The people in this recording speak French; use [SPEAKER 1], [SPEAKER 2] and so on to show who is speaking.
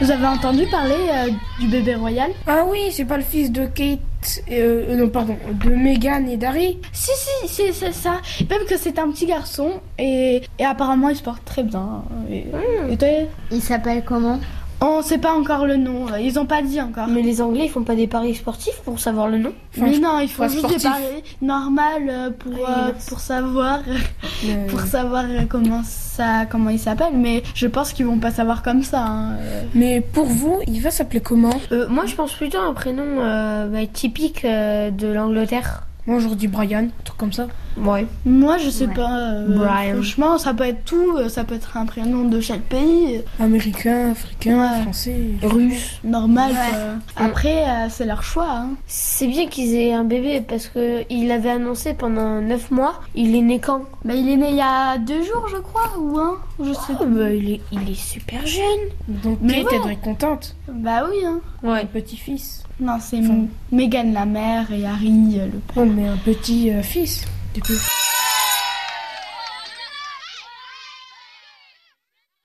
[SPEAKER 1] Vous avez entendu parler euh, du bébé royal
[SPEAKER 2] Ah oui, c'est pas le fils de Kate, euh, euh, non pardon, de Meghan et d'Harry.
[SPEAKER 1] Si, si, si, c'est ça. Même que c'est un petit garçon et, et apparemment il se porte très bien. Et,
[SPEAKER 3] Hmm.
[SPEAKER 1] et t'es-
[SPEAKER 4] Il s'appelle comment
[SPEAKER 1] on sait pas encore le nom, euh, ils ont pas dit encore.
[SPEAKER 3] Mais les Anglais, ils font pas des paris sportifs pour savoir le nom.
[SPEAKER 1] Mais non, il faut
[SPEAKER 2] pas
[SPEAKER 1] juste
[SPEAKER 2] sportif.
[SPEAKER 1] des paris normales euh, pour, euh, pour savoir, euh, pour savoir euh, comment, ça, comment il s'appelle. Mais je pense qu'ils vont pas savoir comme ça. hein. Euh,
[SPEAKER 2] Mais pour vous, il va s'appeler comment
[SPEAKER 3] Euh, moi, je pense plutôt à un prénom euh, bah, typique euh, de l'Angleterre.
[SPEAKER 2] Moi j'aurais dit Brian, un truc comme ça.
[SPEAKER 3] Ouais.
[SPEAKER 1] Moi, je sais
[SPEAKER 4] Ouais.
[SPEAKER 1] pas. euh,
[SPEAKER 3] Brian.
[SPEAKER 1] Franchement, ça peut être tout. euh, Ça peut être un prénom de chaque pays.
[SPEAKER 2] Américain, africain,
[SPEAKER 1] Ouais.
[SPEAKER 2] français.
[SPEAKER 3] Russe.
[SPEAKER 1] Normal.
[SPEAKER 4] Ouais.
[SPEAKER 1] quoi. Après, euh, c'est leur choix. hein.
[SPEAKER 3] C'est bien qu'ils aient un bébé parce que il avait annoncé pendant 9 mois. Il est né quand
[SPEAKER 1] Bah, il est né il y a deux jours, je crois, ou un, je sais
[SPEAKER 3] Ah, bah, il, est, il est super jeune.
[SPEAKER 2] Donc
[SPEAKER 1] Mais
[SPEAKER 2] Kate, elle doit être contente.
[SPEAKER 1] pas. Bah oui, hein.
[SPEAKER 3] Ouais.
[SPEAKER 2] Petit-fils.
[SPEAKER 1] Non, c'est
[SPEAKER 2] Enfin.
[SPEAKER 1] Megan la mère et Harry euh, le père.
[SPEAKER 2] Oh, Non mais un petit euh, fils, du coup.